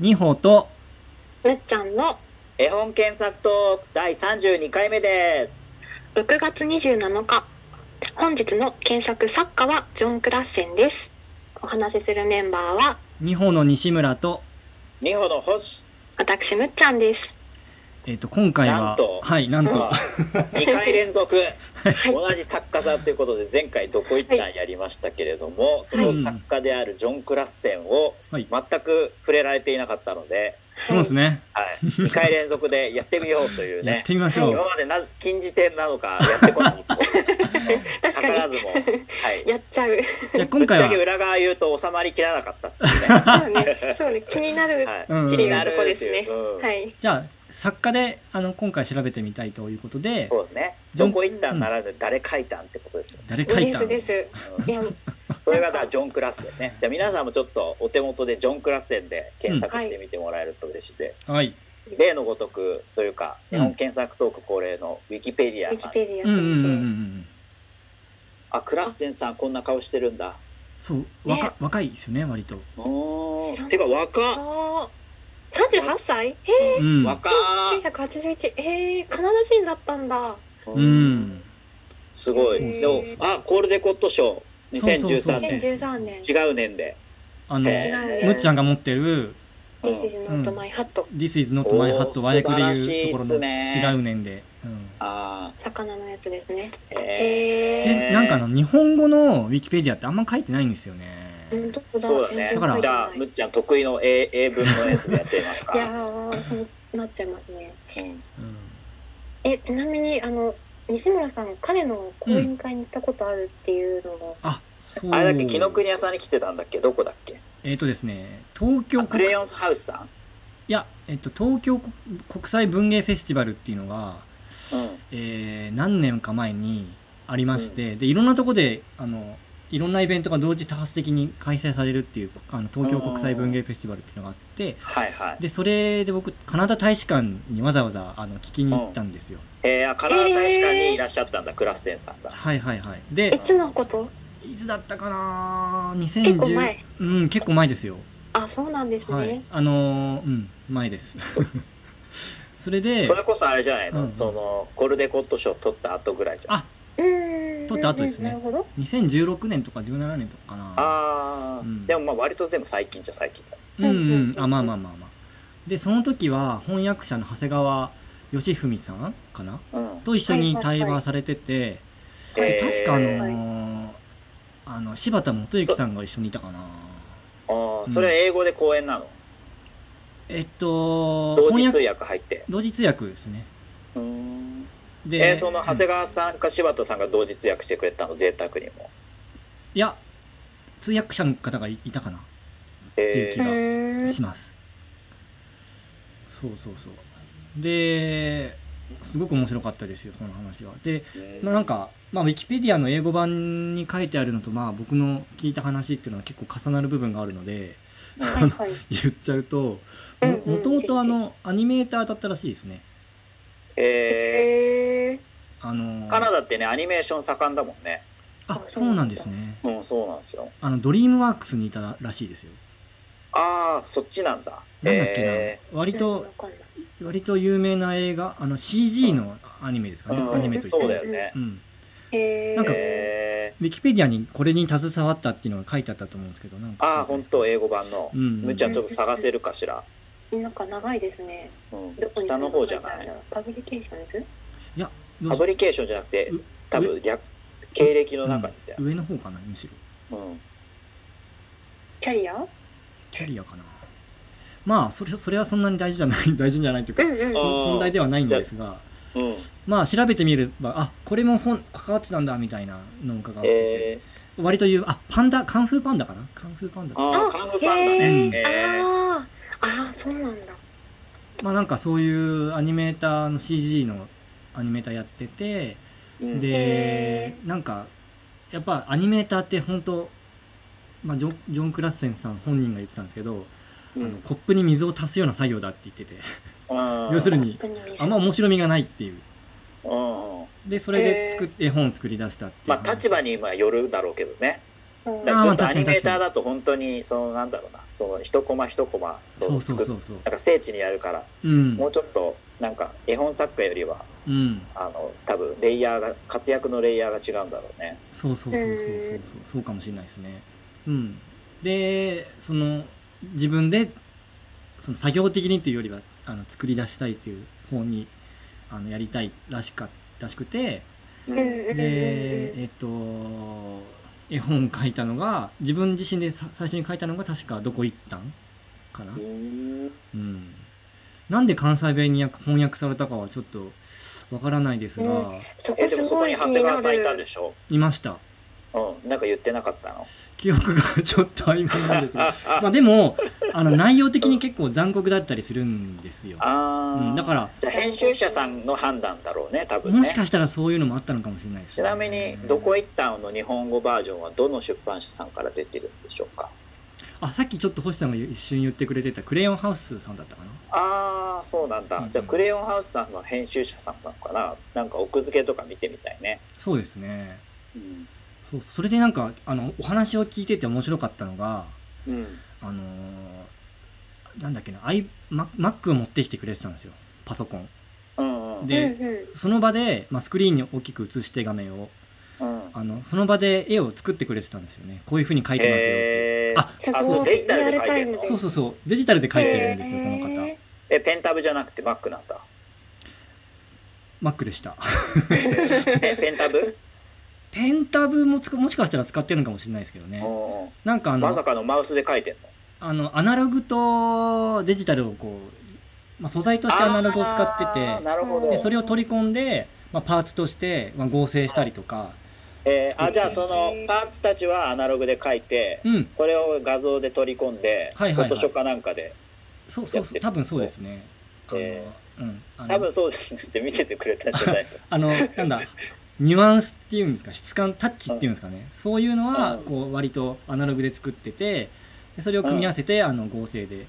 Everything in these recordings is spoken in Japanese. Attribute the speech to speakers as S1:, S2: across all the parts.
S1: 二歩と
S2: むっちゃんの
S3: 絵本検索トーク第32回目です。
S2: 6月27日本日の検索作家はジョン・クラッセンですお話しするメンバーは
S1: 二歩の西村と,、
S3: 二歩の星。
S2: 私むっちゃんです
S1: えっと今回は
S3: なんと
S1: はいなんと
S3: まあ、2回連続、
S2: はい
S3: 同じ作家さんということで、前回どこ行ったんやりましたけれども、その作家であるジョン・クラッセンを
S1: はい
S3: 全く触れられていなかったので、
S1: そうですね、
S3: はい、2回連続でやってみようという
S1: やっ
S3: ね。
S1: てみましょう、
S3: 今までな禁じ手なのかやってこない と
S2: はい確か
S3: ら
S2: に
S3: ずも、はい、
S2: やっちゃう
S1: いや
S3: ぶ
S1: 今
S3: っち
S1: 回
S3: ゃ
S1: は
S3: け裏側言うと収まりきらなかったってい うね
S2: そうねそうね気になる
S3: はい
S1: うん
S3: 気になるっていう
S2: っていうと
S3: うん
S2: はい
S1: じゃあ作家であの今回調べてみたいということで
S3: そうね。
S1: ジョ
S3: ど
S1: ン
S3: こ行ったんならぬ誰書いたんってことですよね。
S1: 誰書い
S2: で
S1: た
S2: す
S1: の
S2: です
S3: うん
S2: いや
S3: それがだからジョン・クラッセンね。じゃあ皆さんもちょっとお手元でジョン・クラッセンで検索してみてもらえると嬉しいです。
S1: はい
S3: 例のごとくというか、
S1: うん
S3: 日本検索トーク恒例のウィキペディ
S2: ウィ
S3: ア
S2: キ
S3: さん。
S2: ペディア
S1: うんうんうんうんう
S2: 先
S1: ん
S3: あ、クラッセンさんこんな顔してるんだ。
S1: そう若,、
S2: ね
S1: 若いですよね割と
S3: う
S2: 知ら
S3: ー。
S2: なんい
S3: てか
S2: 生
S3: 若っ。
S2: そう38歳え
S1: う
S3: うん若
S2: ー、1981えー、カナダ人だったんだ
S3: ー
S1: うん。
S3: すごい。
S2: へ
S3: でも
S2: ー、
S3: あ、コールデコット賞
S1: そうそう
S3: 2013
S1: そう
S3: 年。
S2: 2013年
S3: 違う年で。
S1: あの、
S2: へ違うね
S1: むっちゃんが持ってる
S2: 「This is not my hat
S1: 「This is not my
S3: おー
S1: hat」和訳でいうところの
S3: 素晴らしいっすね
S1: 違うねんで、うん」
S3: あ
S2: 魚のやつですね
S3: ーえ
S2: え
S1: で
S3: へー
S1: なんかあの日本語のウィキペディアってあんま書いてないんですよね
S2: ー、本当
S3: ー。
S2: だ
S3: そうだ
S2: 全
S3: ね
S2: 然。
S1: だ
S2: 書
S1: か
S2: いて
S3: じ
S2: な
S3: ゃあ、
S2: い
S3: むっちゃん得意の英英文のやつでやってみますか。
S2: いやーそうなっちゃいますね
S3: うん
S1: うん
S2: えちなみにあの西村さん彼の講演会に行ったことあるっていうのも、
S1: あそう
S3: あれだっけ、紀ノ国屋さんに来てたんだっけ、どこだっけ。
S1: えっ、とですね東京
S3: あクレ
S1: 国い
S3: ヨンハウスさ
S1: や、えっと東京国国際文芸フェスティバルっていうのが、
S3: ん。うん。
S1: えー何年か前にありまして、でいろんなとこであのいろんなイベントが同時多発的に開催されるっていうあの東京国際文芸フェスティバルっていうのがあって
S3: はいはい。
S1: でそれで僕カナダ大使館にわざわざあの聞きに行ったんですよ、
S3: えー、あカナダ大使館にいらっしゃったんだ、クラステンさんが。
S1: はいはいはい
S2: えい
S1: で
S2: つのこと
S1: いつだったかな2010
S2: 結構前
S1: うん結構前ですよ
S2: あそうなんですね、
S1: はいあのーうん前です
S3: そう
S1: それで
S3: それこそあれじゃないの、
S1: うん
S3: そのコルデコット賞取った後ぐらいじゃん。
S1: あ
S2: うーん
S1: 撮った後ですね
S2: なるほど
S1: 2016年とか17年とかかな
S3: ああ、
S1: うん
S3: でもまあ割とでも最近じゃ最近だ。
S1: うん
S2: うん
S1: うん
S2: うん
S1: あまあまあまあまあでその時は翻訳者の長谷川義文さんかな
S3: うん。
S1: と一緒に
S2: はいはい
S1: 対
S2: はい
S1: 話されてて、
S2: はい
S1: で
S3: えー
S1: 確かあのーあの柴田元幸さんが一緒にいたかな
S3: あ
S1: うん
S3: ーそれは英語で講演なの。
S1: えっと
S3: 同
S1: 翻
S3: 時通
S1: 訳
S3: 訳入って。
S1: 同時通訳ですね
S3: うーん。
S1: で
S3: えー、その長谷川さんか柴田さんが同時通訳してくれたの、贅沢にも。
S1: いや通訳者の方がいいたかな
S3: え
S1: 気
S2: う
S1: が
S3: ー、
S2: ーん
S1: しますそうそうそうですごく面白かったですよその話はで
S3: うん
S1: まあなんか、まあ、ウィキペディアの英語版に書いてあるのと、まあ、僕の聞いた話っていうのは結構重なる部分があるので
S3: うん
S2: はいはい
S1: 言っちゃうと
S2: うん
S1: も
S2: うん
S1: もともとあ
S2: ぜひぜ
S1: のアニメーターだったらしいですね
S3: え
S2: え
S3: ー
S2: ー、
S1: あの
S3: カナダってねアニメーション盛んだもんね
S1: あそうなんですね
S3: うんそうなんですよ
S1: あのドリームワークスにいたらしいですよ
S3: ああそっちなんだ
S1: なんだっけな、
S3: え
S1: 割と
S2: わかんない
S1: 割と有名な映画あの CG のアニメですかね、
S3: ーうん
S1: アニメといって
S3: そうだよね
S1: うん、
S2: えー、
S1: なんか
S3: え
S1: ウィキペディアにこれに携わったっていうのが書いてあったと思うんですけどなん
S3: ー、
S1: か
S3: ああ本当英語版の
S1: うんうん
S3: むっちゃんちょっと探せるかしら、
S2: なんか長いですね
S3: うん
S2: どこに
S3: 下の方じゃない
S2: パブリケーションです
S1: どう
S3: パ
S1: ぞ
S3: ブリケーションじゃなくて
S1: う
S3: 多分略経歴の中にって、
S1: 上の方かなむしろ
S3: うん
S2: キャリア
S1: キャリアかなまあそれそれはそんなに大事じゃない 大事じゃないというか、
S2: うんうん
S3: あー
S1: 本題ではないんですが
S3: うん、
S1: まあ調べてみればあこれもそん関わってたんだみたいなのを伺ってて、
S3: え
S1: 割と言うあパンダカンフーパンダかなカンフーパンダ
S3: ー、ああカンフーパンダね
S1: へ、
S2: えー
S3: えー
S2: あーあーそうなんだ
S1: まあなんかそういうアニメーターの CG のアニメーターやってて
S3: うん
S1: で
S2: へ
S1: なんかやっぱアニメーターって本当まあジョンジョン・クラッセンさん本人が言ってたんですけど、
S3: う
S1: あの
S3: ん
S1: コップに水を足すような作業だって言ってて
S3: うん
S1: 要するに
S2: コップ水
S1: あんま面白みがないっていう
S3: うん
S1: でそれで作っ絵本を作り出したっていう
S3: まあ
S1: 話
S3: 立場にまあよるだろうけどね
S2: うん
S3: だからちょっと
S1: あーまあ確か
S3: ア
S1: に
S3: ニメーターだと本当にそのなんだろうなその一コマ一コマ
S1: そうそう
S3: 作
S1: そ
S3: っ
S1: うそう
S3: なんか精緻にやるから、
S1: うん
S3: もうちょっとなんか絵本作家よりは
S1: うん
S3: あの多分レイヤーが活躍のレイヤーが違うんだろうね。
S1: そうそうそうそうそう
S2: う
S1: そうんそうかもしれないですね。うん、でその自分でその作業的にというよりはあの作り出したいという方にあのやりたいらしかったらしくて
S3: う
S2: うんうん
S3: ん
S1: で、えっと絵本を書いたのが自分自身でさ最初に書いたのが確か「どこ行ったん?」かな。
S3: うん
S1: うんなんで関西弁に訳翻訳されたかはちょっとわからないですが、
S2: そこ
S3: えですもそこ
S2: ご
S3: に
S2: い
S3: 長
S2: 気
S3: 谷
S2: にな
S3: 川さんいたで
S2: る。
S3: しょ。
S1: いました。
S3: うん、なんか言ってなかったの。
S1: 記憶がちょっと曖昧なんです が、まあでも、あの内容的に結構残酷だったりするんですよ。
S3: あー
S1: うんだから
S3: じゃあ編集者さんの判断だろうね多分ね
S1: もしかしたらそういうのもあったのかもしれないです
S3: ち
S1: ね、
S3: なみに「どこ行ったん?」の日本語バージョンはどの出版社さんから出てるんでしょうか
S1: あ、さっきちょっと星さんが一瞬言ってくれてたクレヨンハウスさんだったかな。
S3: ああそうなんだ、
S1: うん
S3: じゃあ「クレヨンハウス」さんの編集者さんなのかななんか奥付けとか見てみたいね、
S1: そうですね。
S3: うん
S1: そうそれでなんかあのお話を聞いてて面白かったのが、
S3: うん、
S1: あのーなんだっけな、アイママックを持ってきてくれてたんですよ。パソコン。
S3: うんうん
S1: で
S2: うんうん
S1: その場で、まあ、スクリーンに大きく映して画面を
S3: うん
S1: あのその場で絵を作ってくれてたんですよね。こういう風に描いてますよって。
S3: えー
S1: あ
S2: す
S3: あ
S2: ご
S3: そう
S2: い
S3: デジタル
S2: リア
S3: で
S2: ル
S3: 書い
S2: タ
S3: て
S2: イ
S3: る
S2: ムで
S3: の
S1: そうそうそうデジタルで描いてるんですよ、
S2: へ
S1: この方
S2: ー
S3: えペンタブじゃなくてマックなん だ
S1: マックでした
S3: えペンタブ、
S1: ペンタブもつくもしかしたら使ってるのかもしれないですけど
S3: う
S1: ね
S3: んうん
S1: なんかあ
S3: ま
S1: の
S3: さかのマウスで書いてんの
S1: あのアナログとデジタルをこう、まあ、素材としてアナログを使
S3: あ
S1: っ
S3: ー
S1: てて
S3: なるほど
S1: でそれを取り込んで、まあ、パーツとして、まあ、合成したりとか
S3: えーあじゃあそのパーツたちはアナログで書いて
S1: うん
S3: それを画像で取り込んで、
S1: はいはいはい
S3: フォトショーかなんかで
S1: そうそうそう多分そうですねあの、
S3: え
S1: うんあの
S3: 多分そうですねって見せてくれたんじゃな いの
S1: あのなんだニュアンスっていうんですか質感タッチっていうんですかねそういうのは
S3: うん
S1: こう割とアナログで作っててでそれを組み合わせてあの合成で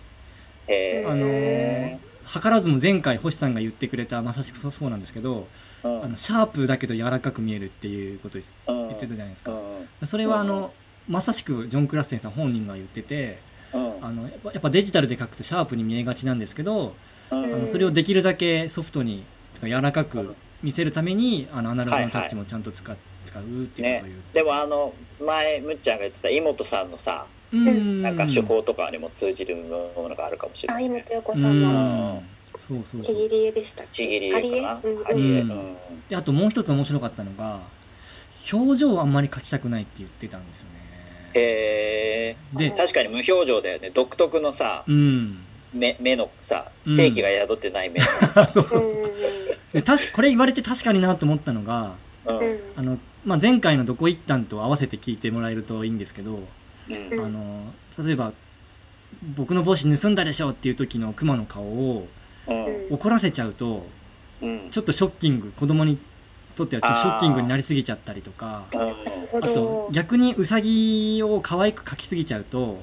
S3: えー
S1: あのー
S2: へ
S1: 図らずも前回星さんが言ってくれたまさしくそそうなんですけど
S3: うん
S1: あのシャープだけど柔らかく見えるっていうことです
S3: うん
S1: 言ってたじゃないです
S3: う
S1: か
S3: ん
S1: それはあのまさしくジョン・クラステンさん本人が言ってて
S3: うん
S1: あのやっぱやっぱデジタルで書くとシャープに見えがちなんですけど
S3: うん
S1: あ
S2: う
S1: の
S2: ん
S1: それをできるだけソフトにとか柔らかく見せるためにあのアナログのタッチもちゃんと使,、使うっていうことを言って
S3: でもあの前むっちゃんが言ってた妹さんのさ
S1: うん
S3: なんか手法とかにも通じるものがあるかもしれ
S2: あ、
S3: ない、
S2: 今とよこ
S1: う
S2: さんの
S1: んそうそうそ
S2: ち
S1: う
S2: ぎり絵でしたっけ。
S3: ちぎり絵かな
S2: ハ
S1: リエ
S3: ハリエ
S1: うん
S3: うん
S1: であともう一つ面白かったのが表情をあんまり描きたくないって言ってたんですよね。
S3: えー
S1: で、
S3: 確かに無表情だよね独特のさ
S1: うん、
S3: 目目のさ
S1: うん
S3: 正気が宿ってない目、
S1: そう
S2: う
S1: そ
S2: ん
S1: う
S2: うんう
S1: で確かこれ言われて確かになと思ったのが
S3: うん
S2: ん
S1: あの、まあ、前回の「どこ行ったん?」と合わせて聞いてもらえるといいんですけど、
S3: うん
S2: うん
S1: あの例えば「僕の帽子盗んだでしょ」っていう時の熊の顔を
S3: うん
S1: 怒らせちゃうと
S3: うん
S1: ちょっとショッキング子供にとってはちょっとショッキングになりすぎちゃったりとか。
S3: う
S1: あと逆にウサギを可愛く描きすぎちゃうと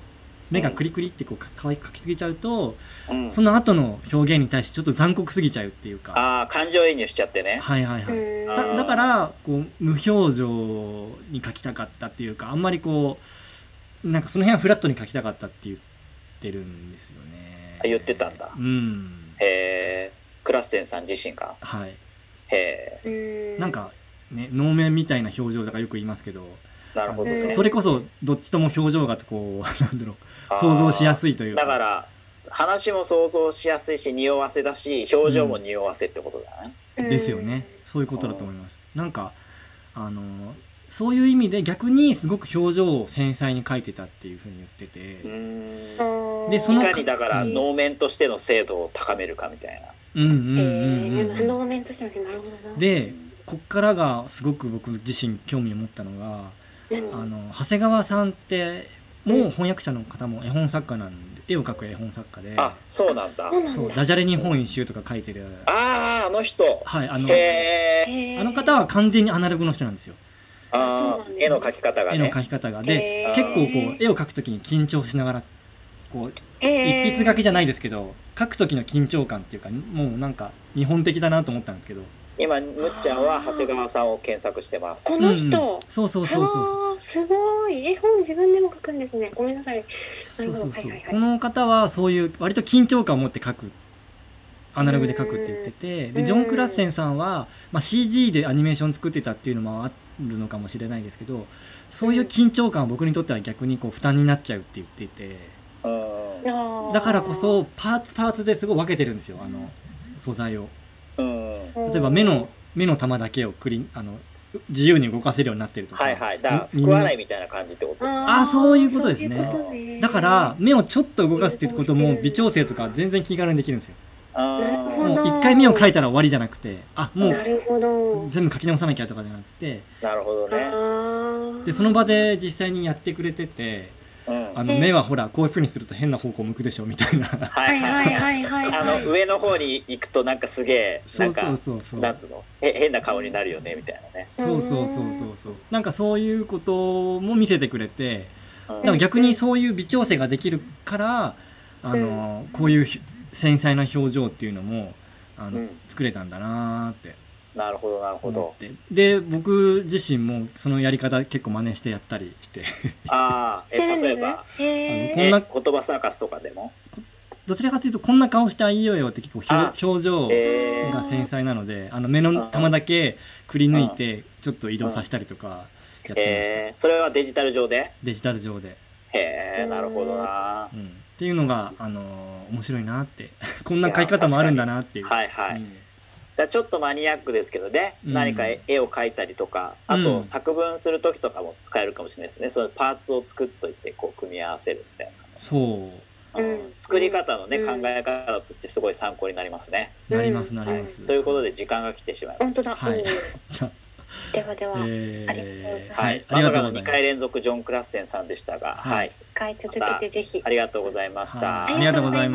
S1: 目がクリクリってこうか可愛く描きすぎちゃうと
S3: んうん
S1: その後の表現に対してちょっと残酷すぎちゃうっていうか
S3: ああ感情移入しちゃってね
S1: はいはいはい
S2: うん
S3: あー
S1: だだからこう無表情に描きたかったっていうかあんまりこうなんかその辺はフラットに描きたかったって言ってるんですよね
S3: あ言ってたんだ
S1: うん
S3: へえクラステンさん自身が
S1: はい
S3: へ
S2: うん
S1: なんかね能面みたいな表情とかよく言いますけど
S3: えなるほど
S1: あの
S3: ね
S1: そそれこそどっちとも表情がこう なんだろう想像しやすいとい
S3: いうだから話も想像しやすいし匂わせだし表情も匂わせってことだね、
S1: ですよね。そういうことだと思います。なんか、あの、そういう意味で逆にすごく表情を繊細に描いてたっていうふうに言って
S3: う
S1: て、
S3: ん
S2: うん
S1: でその
S3: いかにだから
S1: うん
S3: 能面としての精度を高めるかみたいな
S1: うんうん
S2: え
S1: うんうん
S2: ー能面としてのなるほどな。
S1: で、こっからがすごく僕自身興味を持ったのが、
S2: 何、
S1: あの、長谷川さんって、も
S2: う
S1: うん翻訳者の方も絵本作家なんで、絵を描く絵本作家で、
S3: あそうなんだ
S2: そうなんだ
S1: そう、ダジャレ日本一周とか書いてる、
S3: あああの人
S1: はい、あの、
S3: へえ
S2: へー
S1: あの方は完全にアナログの人なんですよ。
S3: あ
S2: そうなん
S3: ー
S2: だ
S3: 絵の描き方が
S1: 絵の
S3: ね
S1: 描き方が。で、
S2: へー
S1: 結構こう、絵を描くときに緊張しながら、こう、
S2: へー
S1: 一筆書きじゃないですけど書く時の緊張感っていうかもうなんか日本的だなと思ったんですけど
S3: 今むっちゃんは長谷川さんを検索してます
S2: この人
S1: うんうんそうそうそうそう
S2: あーすごい絵本自分でも書くんですねごめんなさい
S1: そうそう
S2: な
S1: そ
S2: るほど
S1: う
S2: はいはいはい
S1: この方はそういう割と緊張感を持って書くアナログで書くって言ってて
S2: う
S1: で
S2: ん
S1: ジョン・クラッセンさんは、まあ、CG でアニメーション作ってたっていうのもあるのかもしれないですけどそういう緊張感は僕にとっては逆にこう負担になっちゃうって言っていて
S3: うん
S2: あー
S1: だからこそパーツパーツですごい分けてるんですよあの素材を。
S3: うん
S1: 例えば目の目の玉だけをクリンあの自由に動かせるようになってるとか、
S3: はいはいだから
S1: み
S3: 食わないみたいな感じってこと
S2: あー
S1: そういうことですね
S2: そういうことね
S1: だから目をちょっと動かすってことも微調整とか全然気軽にできるんですよ。
S2: なるほ
S1: も
S2: ど
S1: う一回目を描いたら終わりじゃなくてあも
S2: な
S1: う
S2: るほど
S1: 全部描き直さなきゃとかじゃなくて
S3: なるほどね。
S1: でその場で実際にやってくれてて
S3: うん
S1: あの
S2: ええ
S1: 目はほらこういう風にすると変な方向向くでしょみたい な
S2: はいはいはいはい
S3: あ
S2: はい
S3: の上の方に行くとなんかすげえな
S1: そ
S3: ん
S1: うそ
S3: か
S1: うそうそう
S3: なんつうのへ変な顔になるよねみたいなね。
S1: そうそうそうそうそうなんかそういうことも見せてくれて
S3: うん
S1: でも逆にそういう微調整ができるからあの、こういうひ繊細な表情っていうのもあの、
S3: うん
S1: 作れたんだなーって
S3: なるほどなるほ
S1: 思
S3: ど
S1: っ。てで僕自身もそのやり方結構真似してやったりして
S3: ああ
S2: し
S3: え
S2: てるんで
S3: 例え
S2: すね
S3: ば。
S2: へ
S1: こん
S2: ー
S3: え
S1: な
S3: 言葉サーカスとかでも。
S1: どちらかというとこんな顔してあいいよよって結構ひょ
S3: あ
S1: 表情
S3: え
S1: が
S3: ー
S1: 繊細なのであの目の玉だけくり抜いてちょっと移動させたりとかやってました、
S3: えーそれはデジタル上で。
S1: デジタル上で、
S3: へえなるほどな
S1: う。ん、っていうのが、あのー面白いなって こんな描き方もあるんだなっていう。
S3: はいはい。
S1: うん
S3: だからちょっとマニアックですけどね、
S1: うん
S3: 何か絵を描いたりとか、あ
S1: う
S3: と
S1: ん
S3: 作文する時とかも使えるかもしれないですね。そのパーツを作っといてこう組み合わせるみたいな。
S1: そう
S2: うん
S3: 作り方のね、
S2: うん
S3: 考え方としてすごい参考になりますね。
S1: なります
S2: うん
S1: なります。
S3: ということで時間が来てしまいま
S2: 本
S3: し
S2: 当だ、
S1: はい
S2: うん
S1: じゃ
S2: ではで
S1: あ、
S2: は、
S1: え
S2: ありがとうござ
S1: ー、
S2: います
S3: た。
S1: はい、ありがとうござい
S3: まさかの2
S1: ま
S3: 回連続ジョン・クラッセンさんでしたが、
S1: はい
S3: はい、
S2: 使い続けてぜひ
S3: ありがとうございました。
S1: はいありがとうございます